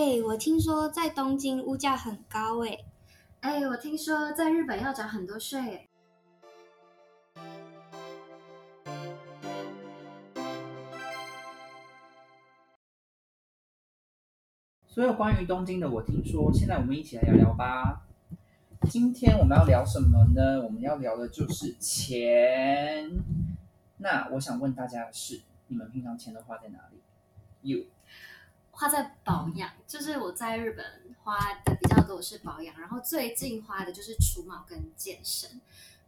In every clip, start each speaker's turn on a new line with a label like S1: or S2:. S1: 哎，我听说在东京物价很高哎。
S2: 哎，我听说在日本要缴很多税耶。
S3: 所有关于东京的我听说，现在我们一起来聊聊吧。今天我们要聊什么呢？我们要聊的就是钱。那我想问大家的是，你们平常钱都花在哪里？You
S2: 花在保养，就是我在日本花的比较多是保养，然后最近花的就是除毛跟健身。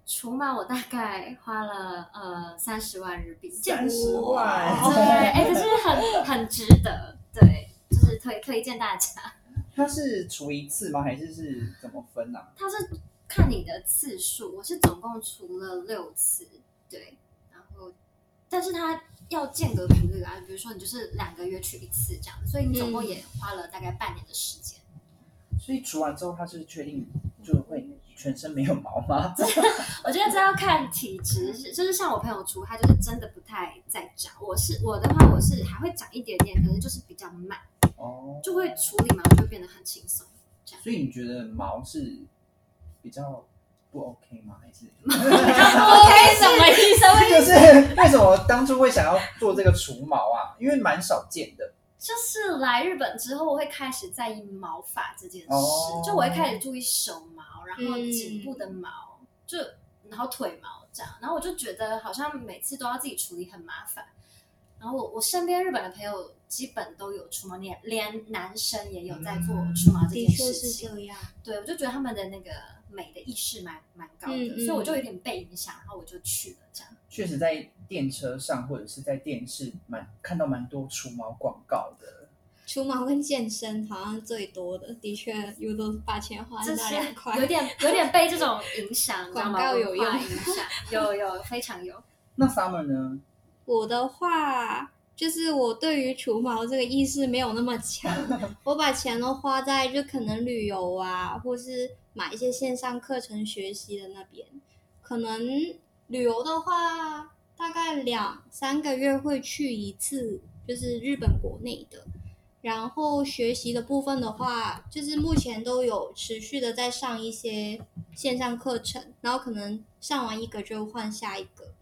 S2: 除毛我大概花了呃三十万日币，
S3: 30
S2: 对，哎，可是很很值得，对，就是推推荐大家。
S3: 它是除一次吗？还是是怎么分啊？
S2: 它是看你的次数，我是总共除了六次，对，然后但是它要间隔频率啊，比如说你就是两个月去一次这样，所以你总
S1: 嗯
S2: 共也花了大概半年的时间。
S3: 所以除完之后，它是确定就会全身没有毛吗？
S2: 我觉得这要看体
S1: 嗯
S2: 质，是就是像我朋友除，他就是真的不太在长。我是我的话，我是还会长一点点，可能就是比较慢，
S3: 哦，
S2: 就会处理嘛，我就变得很轻 松。
S3: 所以你觉得毛是比较不 OK 吗？还是
S1: 哦 OK，什么意思？
S3: 就是为什么当初会想要做这个除毛啊？因为蛮少见的。
S2: 就是来日本之后，我会开始在意毛发这件事，
S3: 哦
S2: 就我会开始注意手毛，然后颈部的
S1: 嗯
S2: 毛，就然后腿毛这样，然后我就觉得好像每次都要自己处理很麻烦。然后我我身边日本的朋友基本都有除毛，连连男生也有在做除毛这
S1: 的
S2: 件
S1: 确
S2: 事
S1: 是
S2: 情。
S1: 这样。
S2: 对，我就觉得他们的那个美的意识蛮蛮高的，
S1: 嗯嗯
S2: 所以我就有点被影响，然后我就去了这样。
S3: 确实在电车上或者是在电视蛮看到蛮多除毛广告的。
S1: 除毛跟健身好像最多的，的确有的把钱花在
S2: 这
S1: 啊那
S2: 是
S1: 两块。
S2: 有点有点被这种 影响，你知道吗
S1: 广告有用
S2: 文化影响，有有非 常有。
S3: 那 Summer 呢？
S1: 我的话，就是我对于除毛这个意识没有那么强，我把钱都花在就可能旅游啊，或是买一些线上课程学习的那边。可能旅游的话，大概两三个月会去一次，就是日本国内的。然后学习的部分的话，就是目前都有持续的在上一些线上课程，然后可能上完一个就换下一个，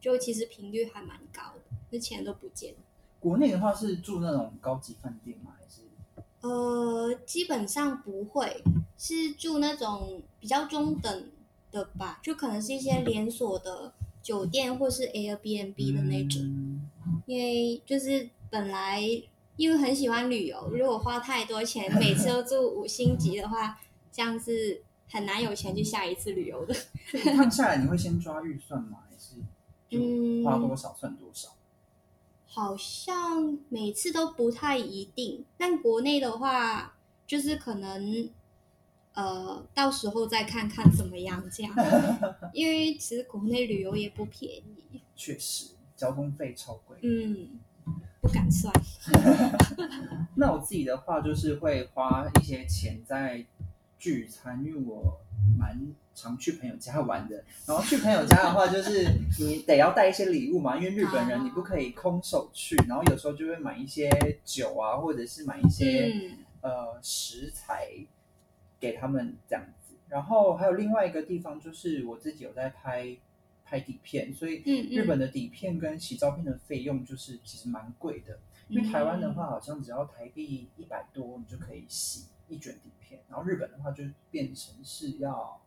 S1: 就其实频率还蛮高的，那钱都不见。
S3: 国内的话是住那种高级饭店吗？还是
S1: 呃，基本上不会是住那种比较中等的吧，就可能是一些连锁的酒店或是 Airbnb 的那种。
S3: 嗯
S1: 因为就是本来因为很喜欢旅游，如果花太多钱，每次都住五星级的话，这样是很难有钱去下一次旅游的。
S3: 所以一趟下来你会先抓预算吗？还是
S1: 嗯
S3: 就花多少算多少？
S1: 好像每次都不太一定，但国内的话，就是可能呃，到时候再看看怎么样这 样，因为其实国内旅游也不便宜，
S3: 确实，交通费超贵。
S1: 嗯，不敢算。
S3: 那我自己的话就是会花一些钱在聚餐，因为我蛮常去朋友家玩的。然后去朋友家的话，就是你得要带一些礼物嘛，因为日本人你不可以空手去。然后有时候就会买一些酒啊，或者是买一些、
S1: 嗯，
S3: 呃食材给他们这样子。然后还有另外一个地方就是我自己有在拍拍底片，所以
S1: 嗯嗯
S3: 日本的底片跟洗照片的费用就是其实蛮贵的。
S1: 嗯
S3: 因为台湾的话，好像只要台币一百多，你就可以洗一卷底片。然后日本的话，就变成是要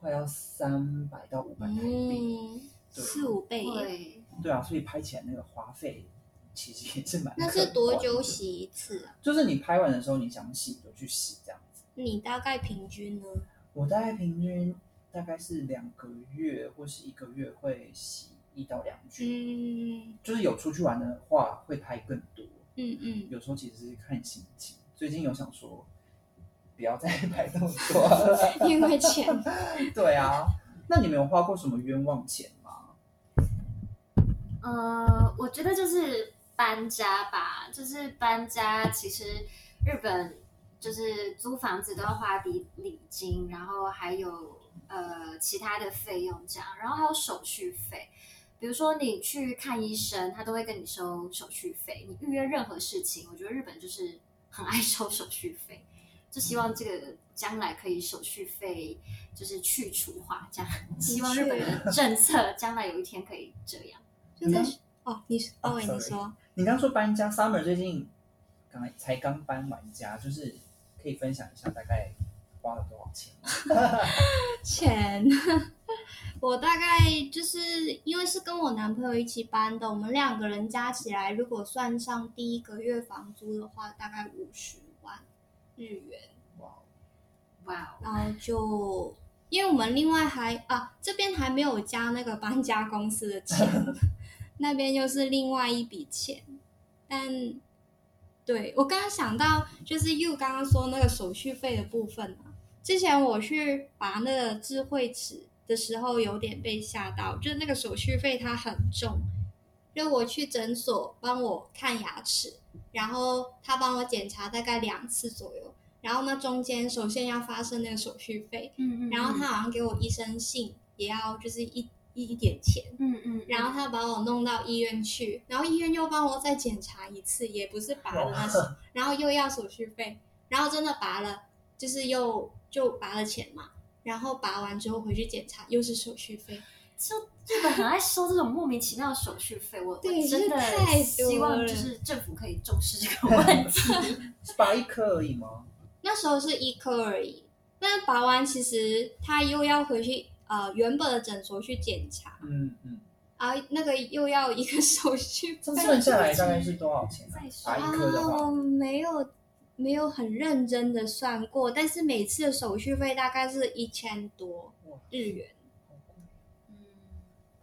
S3: 快要三百到五百台币。
S1: 嗯，四五倍耶。
S2: 对，
S3: 对啊，所以拍起来那个花费其实也是蛮……
S1: 那是多久？洗一次啊？
S3: 就是你拍完的时候，你想洗你就去洗这样子。
S1: 你大概平均呢？
S3: 我大概平均大概是两个月或是一个月会洗一到两卷，
S1: 嗯
S3: 就是有出去玩的话会拍更多。
S1: 嗯嗯，
S3: 有时候其实是看心情。最近有想说，不要再 摆动 作了。
S1: 因为 钱，
S3: 对啊，那你们有花过什么冤枉钱吗？
S2: 呃，我觉得就是搬家吧，就是搬家。其实日本就是租房子都要花礼礼金，然后还有呃其他的费用这样，然后还有手续费。比如说你去看医生，他都会跟你收手续费。你预约任何事情，我觉得日本就是很爱收手续费，就希望这个将来可以手续费就是去除化，这样希望日本的政策将来有一天可以这样。
S1: 就在
S3: 嗯
S1: 哦，你哦，
S3: 哦
S1: 你
S3: ，sorry
S1: 说
S3: 你刚说搬家，Summer 最近刚才刚搬完家，就是可以分享一下大概花了多少钱吗？
S1: 钱， 我大概就是因为是跟我男朋友一起搬的，我们两个人加起来，如果算上第一个月房租的话，大概五十万日元。
S3: 哇，
S2: 哇哦，
S1: 然后就因为我们另外还啊这边还没有加那个搬家公司的钱， 那边又是另外一笔钱。但对我刚刚想到，就是 You 刚刚说那个手续费的部分啊，之前我去拔那个智慧齿的时候，有点被吓到，就是那个手续费它很重。就我去诊所帮我看牙齿，然后他帮我检查大概两次左右，然后呢，中间首先要发生那个手续费，
S2: 嗯
S1: 然后他好像给我医生信，也要就是一一点钱，
S2: 嗯嗯，
S1: 然后他把我弄到医院去，然后医院又帮我再检查一次，也不是拔的那些，然后又要手续费，然后真的拔了，就是又就拔了钱嘛，然后拔完之后回去检查又是手续费，
S2: 就日本很爱收这种莫名其妙的手续费，我我
S1: 对
S2: 真
S1: 这太
S2: 的希
S1: 多了
S2: 望就是政府可以重视这 个问题。
S3: 是拔一颗而已吗？
S1: 那时候是一颗而已，但拔完其实他又要回去呃原本的诊所去检查。
S3: 嗯嗯，
S1: 啊，那个又要一个手续
S3: 这
S1: 费
S3: 样算下来大概是多少钱啊
S2: 再？说哦
S3: 拔一颗的
S1: 啊，
S3: 话，
S1: 我没有没有很认真的算过，但是每次的手续费大概是一千多
S3: 哇
S1: 日元，
S2: 嗯，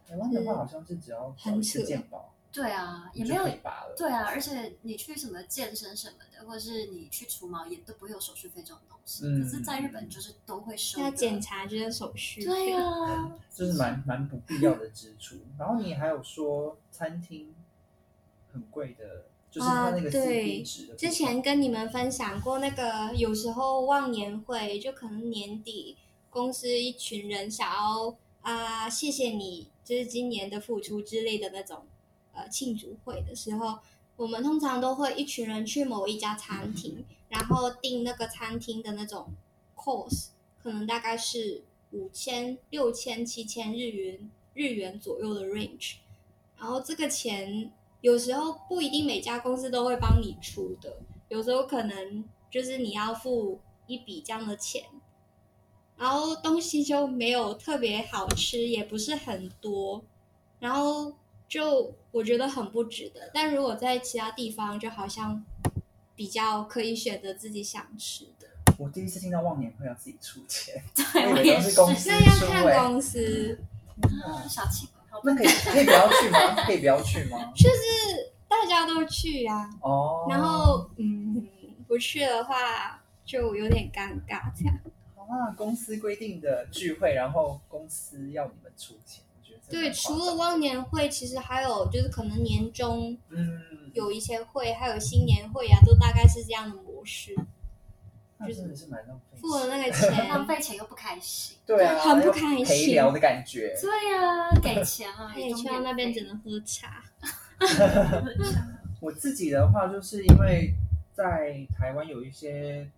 S3: 台湾的话好像是只要缴一次健保，
S2: 对啊，也
S3: 你
S2: 没
S3: 就
S2: 有
S3: 可以拔了。
S2: 对啊，而且你去什么健身什么的，或是你去除毛也都不会有手续费这种东西。
S3: 嗯
S2: 可是，在日本就是都会收
S1: 要
S2: 的
S1: 检查这些手续费。
S2: 对啊，
S3: 就是蛮蛮不必要的支出。然后你还有说餐厅很贵的，就是它那个
S1: 啊
S3: CP
S1: 对
S3: 值的部分、
S1: 之前跟你们分享过那个，有时候忘年会，就可能年底公司一群人想要啊、谢谢你，就是今年的付出之类的那种呃庆祝会的时候，我们通常都会一群人去某一家餐厅，然后订那个餐厅的那种 course，可能大概是五千、六千、七千日元日元左右的 range。然后这个钱有时候不一定每家公司都会帮你出的，有时候可能就是你要付一笔这样的钱，然后东西就没有特别好吃，也不是很多，然后就我觉得很不值得。但如果在其他地方，就好像比较可以选择自己想吃的，
S3: 我第一次听到忘年会要自己出钱，
S2: 对
S3: 我
S2: 我
S3: 以为
S2: 也
S3: 都是
S2: 是。
S3: 公司
S1: 那要
S3: 出
S1: 看
S3: 欸
S1: 公司。
S2: 啊小气鬼，好吧
S3: 那可以可以不要去吗？可以不要去吗？
S1: 就是大家都去呀、
S3: 哦，
S1: 然后嗯，不去的话就有点尴尬这样。
S3: 啊，公司规定的聚会，然后公司要你们出钱，我觉得这
S1: 对，
S3: 蛮夸
S1: 除
S3: 张
S1: 了忘年会，其实还有就是可能年终
S3: 嗯，
S1: 有一些会，还有新年会啊，都大概是这样的模式。
S3: 那真的是蛮浪费钱，
S1: 付了那个钱，
S2: 浪费钱又不开心。
S3: 对啊，
S1: 很不
S3: 要
S1: 开心
S3: 陪聊的感觉，
S2: 对呀、给钱啊，
S1: 那 也
S2: 终
S1: 去
S2: 于
S1: 到那边只
S2: 免
S1: 能喝茶。
S2: 费了
S3: 我自己的话，就是因为在台湾有一些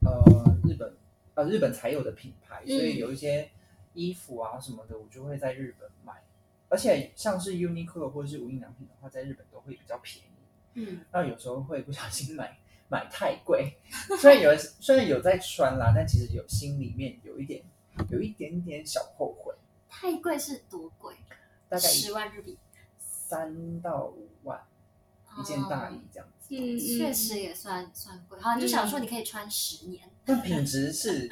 S3: 呃日本呃日本才有的品牌，
S1: 嗯
S3: 所以有一些衣服啊什么的，我就会在日本买。而且像是 Uniqlo 或者是无印良品的话，在日本都会比较便宜。
S2: 嗯，
S3: 那有时候会不小心买买太贵，虽然有人虽然有在穿啦，但其实有心里面有一点有一点点小后悔，
S2: 太贵是多贵？
S3: 大概
S2: 十万日币，
S3: 三到五万一件大衣这样
S1: 嗯
S3: 子。
S2: 确
S1: 嗯，
S2: 实也算算贵。好，你就想说你可以穿十年，
S3: 但品质是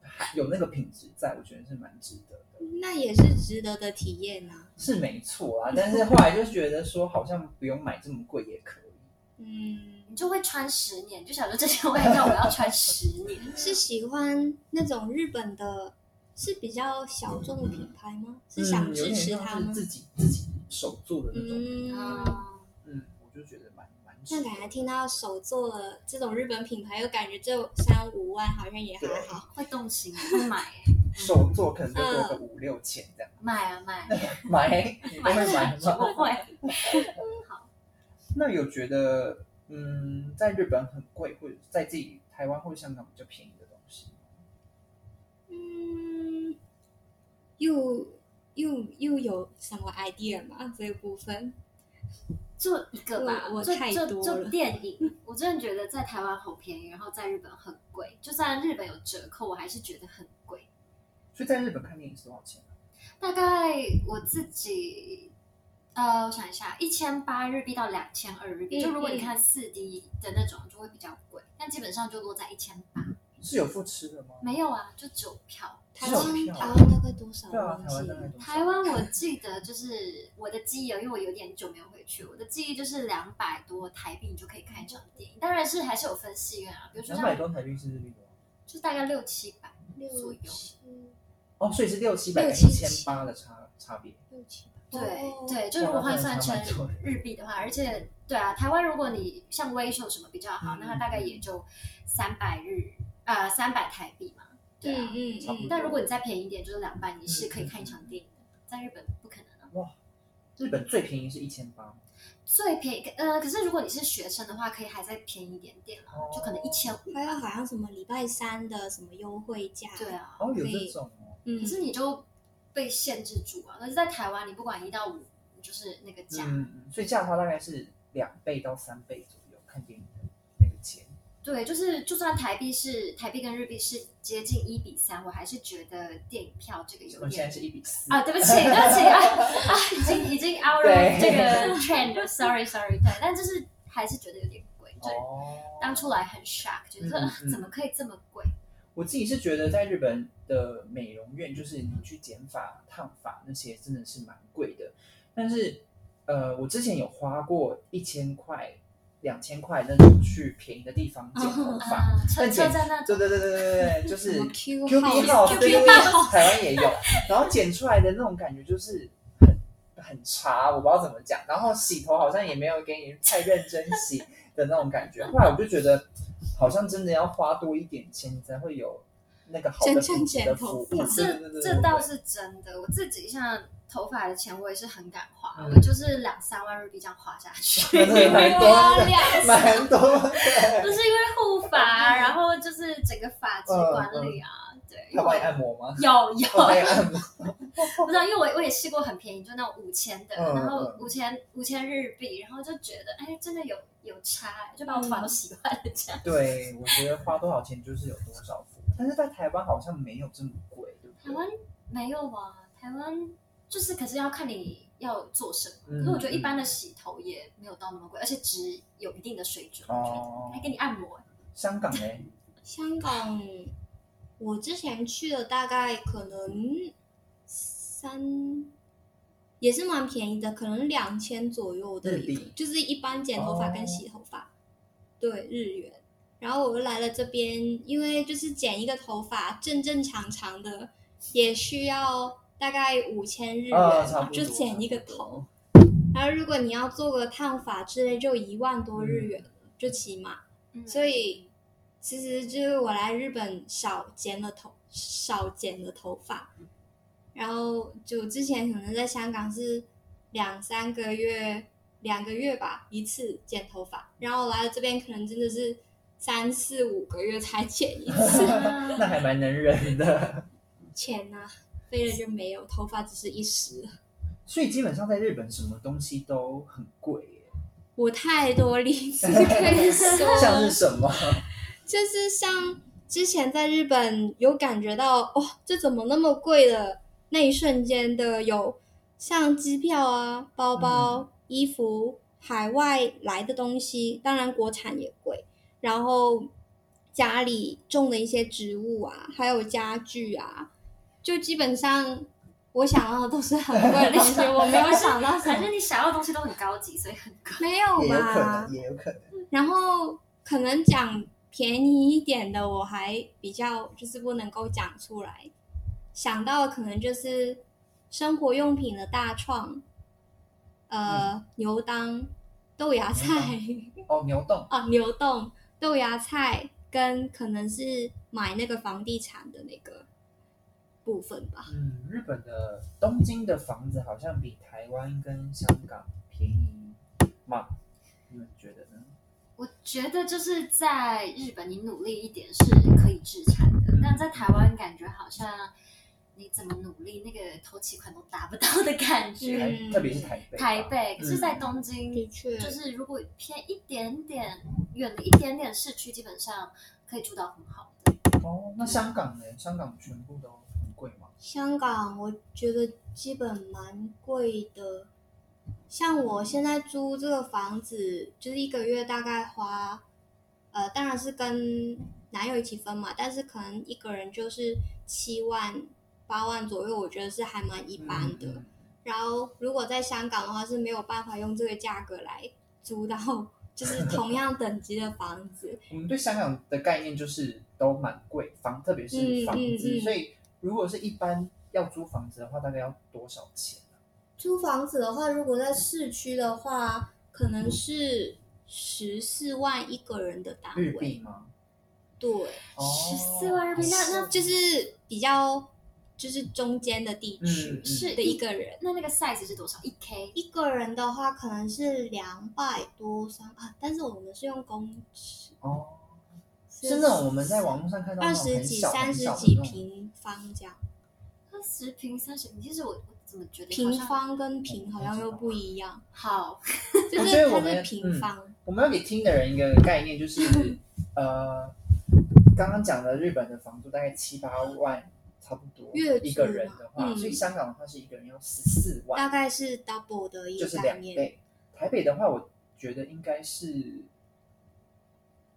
S3: 还有那个品质在，我觉得是蛮值得的，
S1: 那也是值得的体验呐、
S3: 是没错啊。但是后来就觉得说，好像不用买这么贵也可以。
S1: 嗯，
S2: 你就会穿十年，你就想说这些味道我要穿十年。
S1: 是喜欢那种日本的，是比较小众的品牌吗？是想
S3: 嗯有
S1: 支
S3: 点
S1: 持
S3: 像
S1: 他
S3: 是
S1: 们？
S3: 自己自己手做的那种，
S1: 嗯，
S2: 嗯，
S3: 嗯，我就觉得蛮蛮值
S1: 那
S3: 得
S1: 感觉听到手做的这种日本品牌，又感觉这三五万好像也还好。
S2: 会动心，会买、欸，
S3: 手做可能就多
S1: 嗯
S3: 个五六千这样，
S2: 买啊买啊，
S3: 买你都会买
S2: 我
S3: 吗？
S2: 会。
S3: 那有觉得嗯，在日本很贵，或者在自己台湾或香港比较便宜的东西？
S1: 嗯，又又又有什么 idea 吗？这个部分
S2: 就一个吧，
S1: 我我
S2: 就
S1: 太
S2: 就
S1: 多
S2: 就
S1: 了
S2: 电影，我真的觉得在台湾好便宜，然后在日本很贵。就算日本有折扣，我还是觉得很贵。
S3: 所以在日本看电影是多少钱啊？
S2: 大概我自己，呃，我想一下，一千八日币到两千二日币，
S1: 嗯
S2: 就如果
S1: 嗯
S2: 你看四 D 的那种，就会比较贵，但基本上就落在一千八。
S3: 是有付吃的吗？
S2: 没有啊，就九票。
S1: 台
S3: 有
S1: 湾
S3: 票
S1: 台湾大概多少
S3: 啊对啊，
S1: 忘
S3: 台
S1: 记
S3: 湾大概
S1: 了？
S3: 多少？
S2: 台湾我记得就是我的记忆哦，因为我有点久没有回去，我的记忆就是两百多台币你就可以看一场电影，当然是还是有分戏院啊，比如说
S3: 两百
S2: 像
S3: 多台币是日币吗？
S2: 就大概六七百左
S1: 六
S2: 右。
S1: 七
S3: 哦，所以是六七百跟
S1: 六
S3: 一
S1: 七
S3: 千八的差差别。
S1: 六七吧，
S2: 对
S1: 哦
S2: 对，就如果换算成
S3: 哇那差蛮多的
S2: 日币的话，而且对啊，台湾如果你像微秀什么比较好，
S3: 嗯
S2: 那它大概也就三百日呃三百台币嘛，对
S1: 嗯
S2: 啊。
S1: 嗯
S3: 差不
S1: 嗯，
S3: 多
S2: 但如果你再便宜一点，就是两百，你是可以看一场电影的，在日本不可能啊。
S3: 日本最便宜是一千八，
S2: 最便宜，呃，可是如果你是学生的话，可以还再便宜一点点啦，
S3: 哦
S2: 就可能一千五。
S1: 还有好像什么礼拜三的什么优惠价，
S2: 对，啊，
S3: 哦，有
S1: 可
S3: 这
S1: 以
S3: 种哦，
S1: 嗯
S2: 可，是你就被限制住啊。可是在台湾，你不管一到五，就是那个价。
S3: 嗯，嗯所以这样的话大概是两倍到三倍左右，看电影的那个钱。
S2: 对，就是就算台币是台币跟日币是接近一比三，我还是觉得电影票这个有
S3: 我现在
S2: 点
S3: 是一比四哦
S2: 啊，对不起，对不起啊啊，已经已经 out of
S3: 对
S2: 这个 trend 了，sorry sorry，对，但就是还是觉得有点贵，就是
S3: 哦，
S2: 当初来很 shock，觉得、
S3: 嗯嗯
S2: 啊
S3: 嗯
S2: 怎么可以这么贵？
S3: 我自己是觉得在日本的美容院，就是你去剪发、烫发那些，真的是蛮贵的。但是，呃，我之前有花过一千块、两千块那种去便宜的地方剪头发。
S2: 啊，车
S3: 但
S2: 车
S3: 剪
S2: 在那
S3: 对对对对对对，就是
S1: Q
S3: Q B 号，对对
S1: Q
S3: 对，台湾也有。然后剪出来的那种感觉就是很很差，我不知道怎么讲。然后洗头好像也没有给你太认真洗的那种感觉。后来我就觉得，好像真的要花多一点钱，你才会有那个好的
S1: 真正
S3: 品质的
S1: 剪
S3: 服
S1: 头
S3: 务。
S1: 发
S3: 对对对对
S2: 这
S3: 对
S2: 这倒
S3: 对
S2: 是真的，我自己像头发的钱，我也是很敢花，
S3: 嗯
S2: 我就是两三万日币这样花下去，啊
S3: 真 的蛮多的
S2: 两三
S3: 蛮多的。
S2: 就是因为护发，然后就是整个发质管理啊，对，因
S3: 他
S2: 为
S3: 帮你
S2: 我
S3: 按摩 吗？
S2: 有
S3: 他帮你
S2: 有，
S3: 按摩。
S2: 不知道，因为我我也试过很便宜，就那种五千的，
S3: 嗯
S2: 然后
S3: 嗯
S2: 五千五千日币，然后就觉得哎，真的有有差，就把我头发都洗坏了这样。
S3: 对，我觉得花多少钱就是有多少服务，但是在台湾好像没有这么贵，对不
S2: 台
S3: 对？
S2: 湾没有啊，台湾就是，可是要看你要做什么。
S3: 嗯
S2: 可是我觉得一般的洗头也没有到那么贵，而且值有一定的水准，我觉
S3: 哦
S2: 得还给你按摩。
S3: 香港呢？
S1: 香港，我之前去了大概可能三，也是蛮便宜的，可能两千左右的
S3: 日
S1: 一个
S3: 币，
S1: 就是一般剪头发跟洗头发，对日元。然后我又来了这边，因为就是剪一个头发正正常常的，也需要大概五千日元
S3: 啊，
S1: 吧，
S3: 差不
S1: 就
S3: 多。
S1: 剪一个头。
S3: 头。
S1: 然后如果你要做个烫发之类，就一万多日元了，就起码。
S2: 嗯，
S1: 所以其实就是我来日本少剪了头，少剪了头发，然后就之前可能在香港是两三个月，两个月吧一次剪头发，然后来了这边可能真的是三四五个月才剪一次
S2: 啊
S3: 那还蛮能忍的。
S1: 钱呐、飞了就没有，头发只是一时。
S3: 所以基本上在日本什么东西都很贵耶，
S1: 我太多例子可以说了，
S3: 像是什么？
S1: 啊就是像之前在日本有感觉到，哇、哦，这怎么那么贵的那一瞬间的有像机票啊、包包、衣服、海外来的东西，当然国产也贵，然后家里种的一些植物啊，还有家具啊，就基本上。我想到的都是很贵的东 西，我没有想到什
S2: 反
S1: 么，
S2: 正你想要的东西都很高级，所以很贵。
S1: 没有吧？
S3: 也有可能，也有可能。
S1: 然后可能讲便宜一点的，我还比较就是不能够讲出来。想到的可能就是生活用品的大创，呃，牛当、豆芽菜
S3: 哦，牛洞
S1: 啊，牛冻、豆芽菜跟可能是买那个房地产的那个部分吧。
S3: 嗯，日本的东京的房子好像比台湾跟香港便宜吗？你们觉得呢？
S2: 我觉得就是在日本，你努力一点是可以自产的，但在台湾感觉好像你怎么努力，那个头期款都达不到的感觉。
S1: 嗯
S3: 台特别是台北吧，
S2: 台北，可是，在东
S1: 的
S2: 京，
S1: 确，
S2: 就是如果偏一点点，远了一点点市区，基本上可以住到很好的。
S3: 哦，那香港呢？香港全部都很贵吗？
S1: 香港我觉得基本蛮贵的。像我现在租这个房子，就是一个月大概花，呃，当然是跟男友一起分嘛，但是可能一个人就是七万、八万左右，我觉得是还蛮一般的。
S3: 嗯
S1: 然后如果在香港的话是没有办法用这个价格来租到， 就是同样等级的房子。
S3: 我们对香港的概念就是都蛮贵，房特别是房子，
S1: 嗯嗯嗯
S3: 所以如果是一般要租房子的话，大概要多少钱啊？
S1: 租房子的话，如果在市区的话，可能是十四万一个人的单
S3: 啊日
S1: 位，
S3: 币吗？
S1: 对，
S3: 哦
S2: 十四万日币，那那
S1: 就是比较就是中间的地区
S3: 嗯嗯
S2: 是
S1: 的一个人。
S2: 那那个 size 是多少？一 k
S1: 一个人的话可能是两百多三啊，但是我们是用公尺，
S3: 哦，是那种我们在网络上看到
S1: 二
S3: 那种
S1: 十
S3: 很
S1: 几、
S3: 小
S1: 三
S3: 很
S1: 十
S3: 小的
S1: 几
S3: 那种
S1: 平方这样，
S2: 二十平、三十平，其实我我怎么觉得好
S1: 平
S2: 像
S1: 方跟
S3: 嗯
S1: 平好像又不一样，
S2: 好
S1: 就
S3: 我
S1: 是
S3: 觉得哦我
S1: 它
S3: 们嗯
S1: 是平方，
S3: 我们要给听的人一个概念，就是 呃，刚刚讲的日本的房租大概七八万，差不多
S1: 月租
S3: 一个人的话，
S1: 嘛嗯
S3: 所以香港的话是一个人要十四
S1: 大
S3: 万，
S1: 概是 double 的一
S3: 就
S1: 个
S3: 是
S1: 概
S3: 两
S1: 念。
S3: 倍。台北的话，我觉得应该是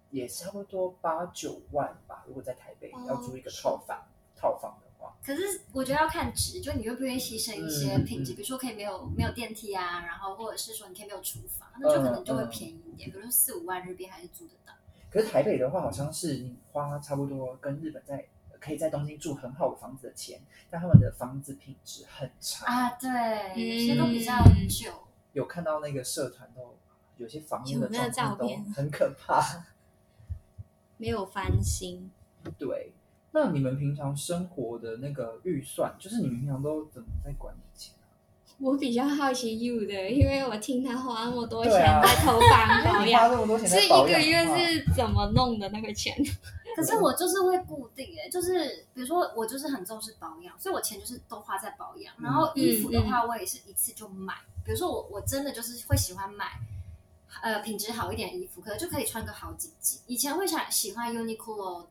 S3: 也差不多八九万吧，如果在台北
S1: 哦
S3: 要租一个套房，套房的话，
S2: 可是我觉得要看值，就你愿不愿意牺牲一些
S3: 嗯
S2: 品质，
S3: 嗯
S2: 比如说可以没有没有电梯啊，然后或者是说你可以没有厨房，
S3: 嗯
S2: 那就可能就会便宜一点，比如说四五万日币还是租得到。
S3: 可是台北的话，好像是你花差不多跟日本在可以在东京住很好的房子的钱，但他们的房子品质很差
S2: 啊，对，有些都比较
S1: 嗯
S2: 久。
S3: 有看到那个社团都有些房屋的
S1: 有那个
S3: 状
S1: 照
S3: 况都
S1: 片
S3: 很可怕。
S1: 没有翻新。
S3: 对，那你们平常生活的那个预算，就是你们平常都怎么在管理钱啊？
S1: 我比较好奇 you 的，因为我听他花那么多钱
S3: 对啊
S1: 在投放保
S3: 你花
S1: 养，
S3: 这么 多钱
S1: 所以
S3: 在
S1: 一
S3: 保
S1: 个
S3: 养
S1: 月
S3: 的话，
S1: 是怎么弄的那个钱？
S2: 可是我就是会固定哎、就是比如说我就是很重视保养，所以我钱就是都花在保养。
S3: 嗯
S2: 然后衣服的话，我也是一次就买。比如说我我真的就是会喜欢买，呃，品质好一点的衣服，可能就可以穿个好几季。以前会想喜欢 Uniqlo。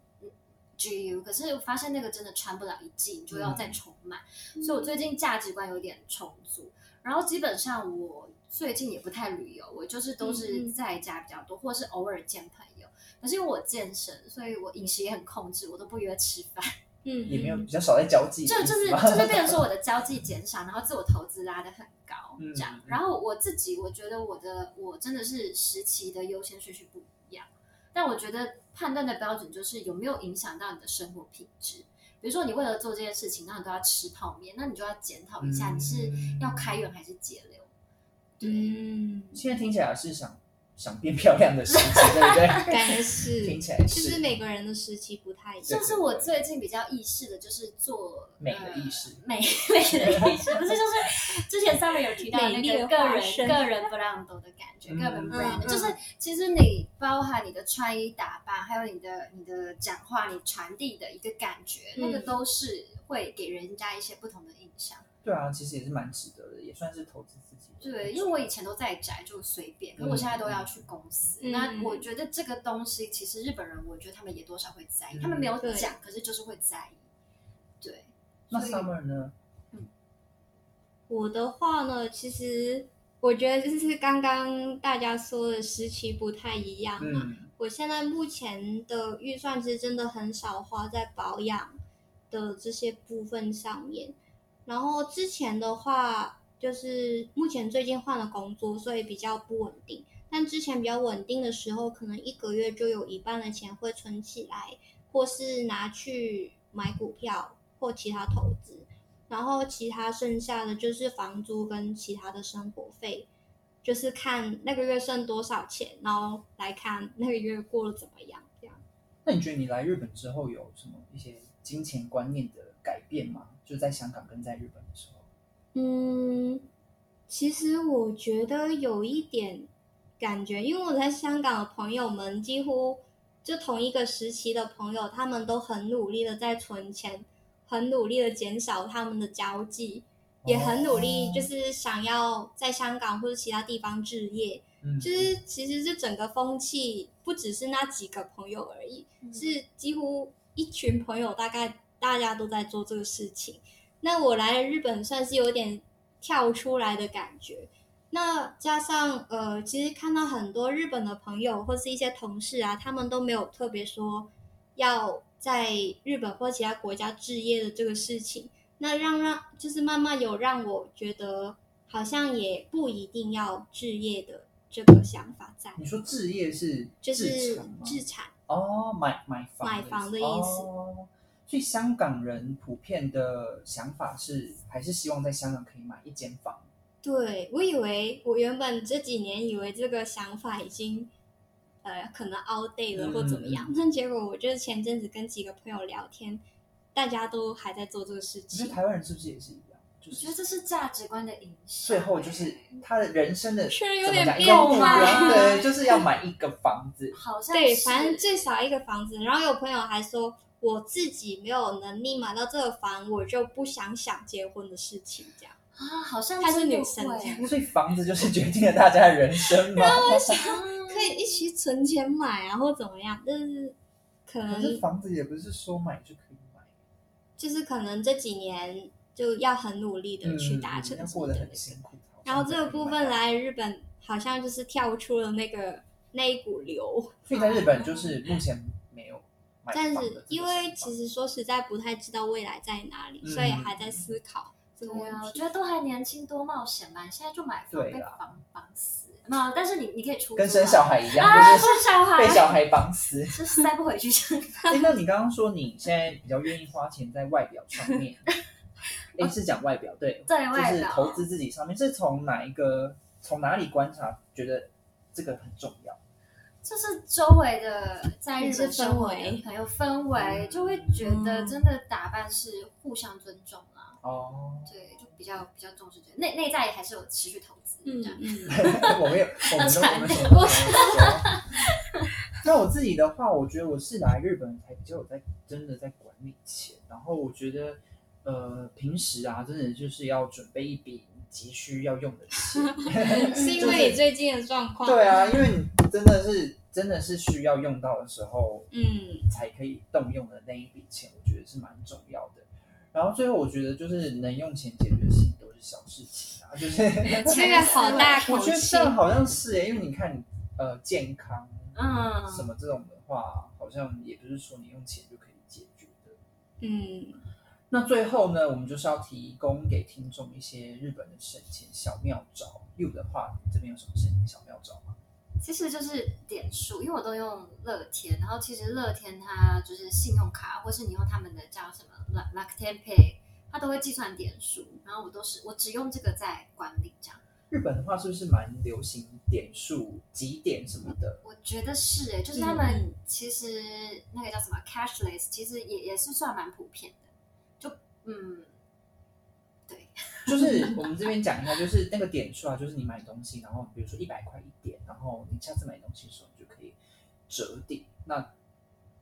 S2: GU，可是我发现那个真的穿不了一季，你就
S3: 嗯
S2: 要再重买，所以我最近价值观有点重组。然后基本上我最近也不太旅游，我就是都
S1: 嗯
S2: 是
S1: 嗯
S2: 在家比较多，或者是偶尔见朋友。可是因为我健身，所以我饮食也很控制，我都不约吃饭，
S1: 嗯，
S3: 也没有比较少在交际，
S2: 就就是 就是变成说我的交际减少，然后自我投资拉得很高
S3: 嗯
S2: 这样
S3: 嗯。
S2: 然后我自己我觉得我的我真的是时期的优先顺序不一样，但我觉得判断的标准就是有没有影响到你的生活品质。比如说你为了做这件事情，那你都要吃泡面，那你就要检讨一 下你是要开源还是节流。对，
S1: 嗯，
S3: 现在听起来是想想变漂亮的事情，对不对？
S1: 感觉
S3: 听
S1: 是，
S3: 起来
S1: 就是每个人的时期不太一
S3: 对
S2: 就
S1: 样。
S2: 是我最近比较意识的，就是做
S3: 美的意识
S2: 呃美美的意识，不是就是之前 Summer 有提到那
S1: 美丽
S2: 个
S1: 的
S2: 个
S1: 化
S2: 人
S1: 身
S2: 个人 brand 的感觉，
S3: 嗯
S2: 个人
S3: 嗯
S2: brand
S1: 嗯
S2: 就是其实你包含你的穿衣打扮，还有你的你的讲话，你传递的一个感觉，那个
S1: 嗯
S2: 都是会给人家一些不同的印象。
S3: 对啊，其实也是蛮值得的，也算是投资自己。
S2: 对，因为我以前都在宅，就随便，可
S3: 嗯
S2: 是我现在都要去公司。
S1: 嗯
S2: 那我觉得这个东西，其实日本人，我觉得他们也多少会在
S3: 嗯
S2: 意，他们没有
S1: 对
S2: 讲，可是就是会在意。对，
S3: 那
S2: 所以
S3: summer 呢？
S1: 我的话呢，其实我觉得就是刚刚大家说的时期不太一样嘛。
S3: 嗯，
S1: 我现在目前的预算其实真的很少花在保养的这些部分上面。然后之前的话，就是目前最近换了工作，所以比较不稳定。但之前比较稳定的时候，可能一个月就有一半的钱会存起来，或是拿去买股票或其他投资。然后其他剩下的就是房租跟其他的生活费，就是看那个月剩多少钱，然后来看那个月过得怎么样。这样，
S3: 那你觉得你来日本之后有什么一些金钱观念的改变吗？就在香港跟在日本的时候。
S1: 嗯，其实我觉得有一点感觉，因为我在香港的朋友们几乎就同一个时期的朋友，他们都很努力的在存钱，很努力的减少他们的交际，也很努力
S3: 哦
S1: 就是想要在香港或者其他地方置业。
S3: 嗯
S1: 就是其实这整个风气不只是那几个朋友而已，
S3: 嗯
S1: 是几乎一群朋友，大概大家都在做这个事情。那我来日本算是有点跳出来的感觉。那加上呃，其实看到很多日本的朋友或是一些同事啊，他们都没有特别说要在日本或其他国家置业的这个事情。那让让就是慢慢有让我觉得好像也不一定要置业的这个想法在，
S3: 你说置业是
S1: 就是
S3: 产吗
S1: 置产。
S3: 哦，买买房
S1: 买房的意思
S3: 哦所以香港人普遍的想法是，还是希望在香港可以买一间房。
S1: 对我以为我原本这几年以为这个想法已经呃可能 out date 了或怎么样
S3: 嗯，
S1: 但结果我就是前阵子跟几个朋友聊天，大家都还在做这个事
S3: 你觉
S1: 情
S3: 得。台湾人是不是也是一样？就
S2: 我觉得
S3: 是
S2: 这是价值观的影响。欸
S3: 最后就是他的人生的
S1: 是
S3: 怎么
S1: 有点
S3: 讲
S1: 变啊
S3: 用途
S2: 态
S3: 然后对，就是要买一个 房子。
S2: 好像
S1: 对，
S2: 是
S1: 反正最少一个房子。然后有朋友还说，我自己没有能力买到这个房，我就不想想结婚的事情。这样，
S2: 啊，好像
S1: 她是
S2: 真的
S1: 女生
S2: 会啊
S1: 这样
S3: 所以房子就是决定了大家的人生 嘛。
S1: 可以一起存钱买啊，或怎么样，但是可
S3: 可
S1: 能
S3: 是房子也不是说买就可以买，
S1: 就是可能这几年就要很努力的去达成
S3: 嗯要
S1: 自
S3: 过
S1: 己
S3: 得
S1: 的那
S3: 很
S1: 个。
S3: 辛苦。
S1: 然后这个部分
S3: 来。
S1: 来日本，好像就是跳出了那个那一股流，
S3: 所以在日本就是目前没有买
S1: 但
S3: 房的这个想法，
S1: 是因为其实说实在不太知道未来在哪里，
S3: 嗯
S1: 所以还在思考这个
S2: 对
S1: 问
S2: 啊，我觉
S1: 题。
S2: 得都还年轻，多冒险吧。你现在就买房
S3: 对
S2: 被
S3: 啦
S2: 房绑死，没有，但是你你可以出租
S3: 跟生
S2: 啊
S3: 小孩一样，
S2: 啊，
S3: 就是
S2: 生小孩，
S3: 被小孩绑死。
S2: 就塞不回去。
S3: 哎，那你刚刚说你现在比较愿意花钱在外表上 面，哎，是讲外表对，
S2: 对
S3: 就
S2: 哦外
S3: 是
S2: 表
S3: 投资自己上面，是从哪一个从哪里观察觉得这个很重要？
S2: 就是周围的在日本生活的朋友氛
S3: 嗯
S2: 围，就会觉得真的打扮是互相尊重啦。
S3: 哦，
S2: 对，就比较比较重视这个内内在也还是有持续投资这
S1: 嗯
S2: 样。
S1: 嗯，
S3: 我没有，我们都我们什么都没有说。 那我自己的话，我觉得我是来日本才比较有在真的在管理钱，然后我觉得呃平时啊，真的就是要准备一笔你急需要用的 钱，
S1: 是因为你最近的状况，嗯
S3: 对，啊，因为你真的是真的是需要用到的时候，
S1: 嗯，
S3: 才可以动用的那一笔钱，我觉得是蛮重要的。然后最后我觉得就是能用钱解决的事情都是小事情啊，就是
S1: 这个好大口
S3: 我觉得
S1: 气
S3: 这，样好像是耶，因为你看，呃，健康，
S2: 嗯
S3: 什么这种的话，好像也不是说你用钱就可以解决的。
S1: 嗯，
S3: 那最后呢，我们就是要提供给听众一些日本的省钱小妙招。You 的话，你这边有什么省钱小妙招吗？
S2: 其实就是点数，因为我都用乐天，然后其实乐天它就是信用卡，或是你用他们的叫什么 Lu- Rakuten Pay，它都会计算点数，然后我都是我只用这个在管理这样。
S3: 日本的话是不是蛮流行点数、几点什么的？
S2: 我觉得是诶、就是他们其实那个叫什么 cashless，其实也也是算蛮普遍的，就嗯，对，
S3: 就是我们这边讲一下，就是那个点数啊，就是你买东西，然后比如说一百块一点，然后你下次买东西的时候你就可以折抵。那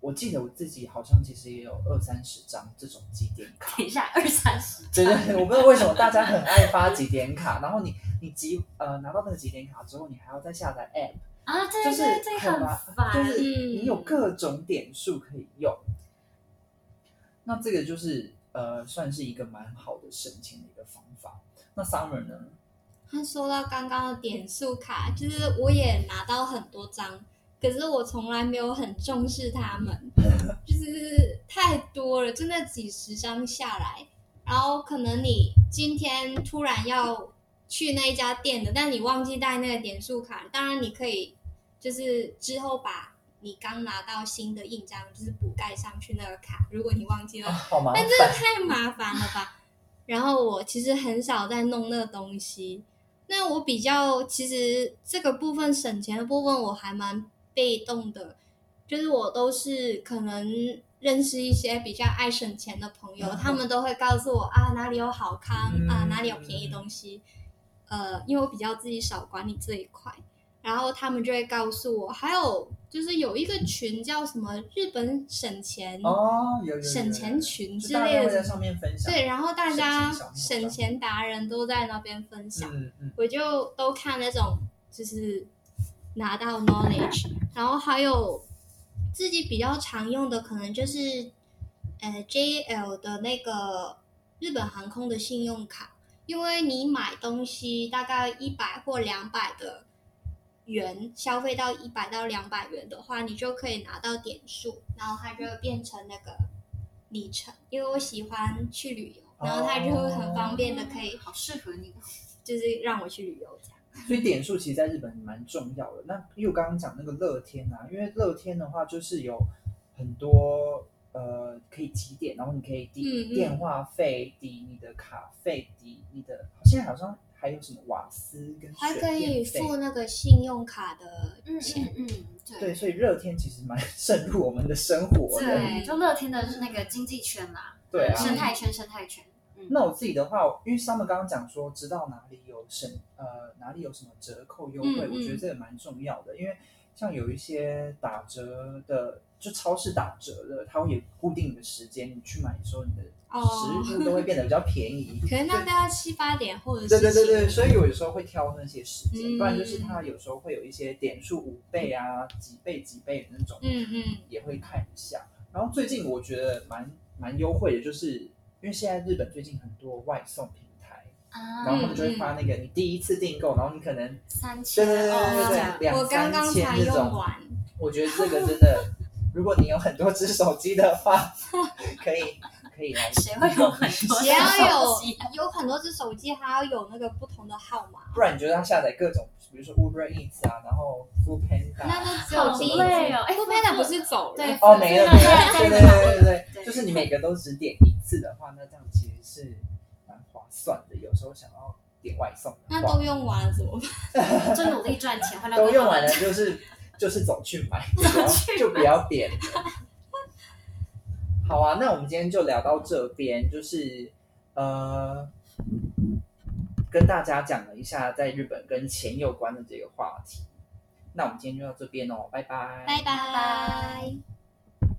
S3: 我记得我自己好像其实也有二三十张这种积点卡
S2: 等，一下二三十，
S3: 对对对，我不知道为什么大家很爱发几点卡，然后你你集呃拿到那个几点卡之后，你还要再下载 app，
S2: 啊，对
S3: 就是
S2: 对对，
S3: 很
S2: 很
S3: 麻
S2: 烦，
S3: 就是
S1: 嗯
S3: 你有各种点数可以用。那这个就是呃算是一个蛮好的省钱的一个方法。那 Summer 呢？
S1: 他说到刚刚的点数卡，就是我也拿到很多张，可是我从来没有很重视他们，就是太多了，真的几十张下来，然后可能你今天突然要去那一家店的，但你忘记带那个点数卡，当然你可以就是之后把你刚拿到新的印章就是补盖上去那个卡，如果你忘记
S3: 啊，
S1: 了，
S3: 好麻
S1: 但
S3: 烦
S1: 这。个太麻烦了吧？然后我其实很少在弄那个东西。那我比较，其实这个部分省钱的部分我还蛮被动的，就是我都是可能认识一些比较爱省钱的朋友，
S3: 嗯
S1: 他们都会告诉我啊哪里有好康、啊
S3: 嗯
S1: 哪里有便宜东西，呃，因为我比较自己少管理这一块。然后他们就会告诉我，还有就是有一个群叫什么日本省钱、
S3: 哦，有有有有
S1: 省钱群
S3: 就
S1: 之
S3: 大家
S1: 类
S3: 会在
S1: 的，
S3: 上面分享，嗯
S1: 对，然后大家
S3: 省钱小妙招
S1: 省钱达人都在那边分享，
S3: 嗯嗯，
S1: 我就都看那种就是拿到 knowledge，然后还有自己比较常用的可能就是呃 JL 的那个日本航空的信用卡，因为你买东西大概一百或两百的元，消费到一百到两百元的话，你就可以拿到点数，然后它就会变成那个里程，因为我喜欢去旅游。然后它就会很方便的，可以
S2: 好适合你。
S1: 就是让我去旅游这样。
S3: 所以点数其实在日本蛮重要的。那因为我刚刚讲那个乐天啊，因为乐天的话就是有很多呃可以积点，然后你可以抵
S1: 嗯嗯
S3: 电话费、抵你的卡费、抵你的，现在好像还有什么瓦斯跟
S1: 还
S3: 水
S1: 可以
S3: 电费
S1: 付那个信用卡的
S2: 嗯
S1: 钱，
S2: 嗯嗯，对
S3: 对，所以乐天其实蛮 渗入我们的生活的。
S1: 对
S2: 就乐天的是那个经济圈啦，
S3: 对啊
S2: 生态圈生态圈。嗯，
S3: 那我自己的话，因为他们刚刚讲说知道哪里有省呃哪里有什么折扣优惠，
S1: 嗯嗯
S3: 我觉得这个蛮重要的，因为像有一些打折的，就超市打折的，它会有固定的时间，你去买的时候，你的
S1: 哦
S3: 食物都会变得比较 便宜。
S1: 可能大概七八点或者是
S3: 对对对
S1: 七
S3: 对，所以我有时候会挑那些时间，
S1: 嗯
S3: 不然就是它有时候会有一些点数五倍啊、几倍几倍的那种，
S1: 嗯嗯，
S3: 也会看一下。然后最近我觉得蛮蛮优惠的，就是因为现在日本最近很多外送平台，
S2: 啊，
S3: 然后他们就会发那个你第一次订购，然后你可能，
S2: 三
S3: 对
S2: 千
S3: 对对
S2: 哦，这
S3: 对
S2: 样
S3: 对，两
S1: 我刚刚
S3: 三千
S1: 才
S3: 这
S1: 用
S3: 种，
S1: 完，
S3: 我觉得这个真的，如果你有很多只手机的话， 可以可以来，
S2: 谁会有很多
S1: 只要有有很多只手机，还要有那个不同的号码，
S3: 不然你就要下载各种，比如说 Uber Eats 啊，然后 Food
S1: 那
S3: Panda，
S1: 都只有
S2: 好
S1: 第一
S2: 累
S1: 次。
S2: 哦，哎，
S1: 不佩达不是走了
S2: 对，
S3: 哦没了没了，对对对对对，
S2: 对
S3: 就是你每个都只点一次的话，那这样其实是蛮划算的。有时候想要点外送的
S1: 那
S3: 话
S1: 都，用完了怎么办？
S2: 就努力赚钱，换到
S3: 都用完了，就是 就是走去买，就不要就不要点了。好啊，那我们今天就聊到这边，就是呃，跟大家讲了一下在日本跟钱有关的这个话题。那我们今天就到这边哦，拜拜，
S1: 拜拜。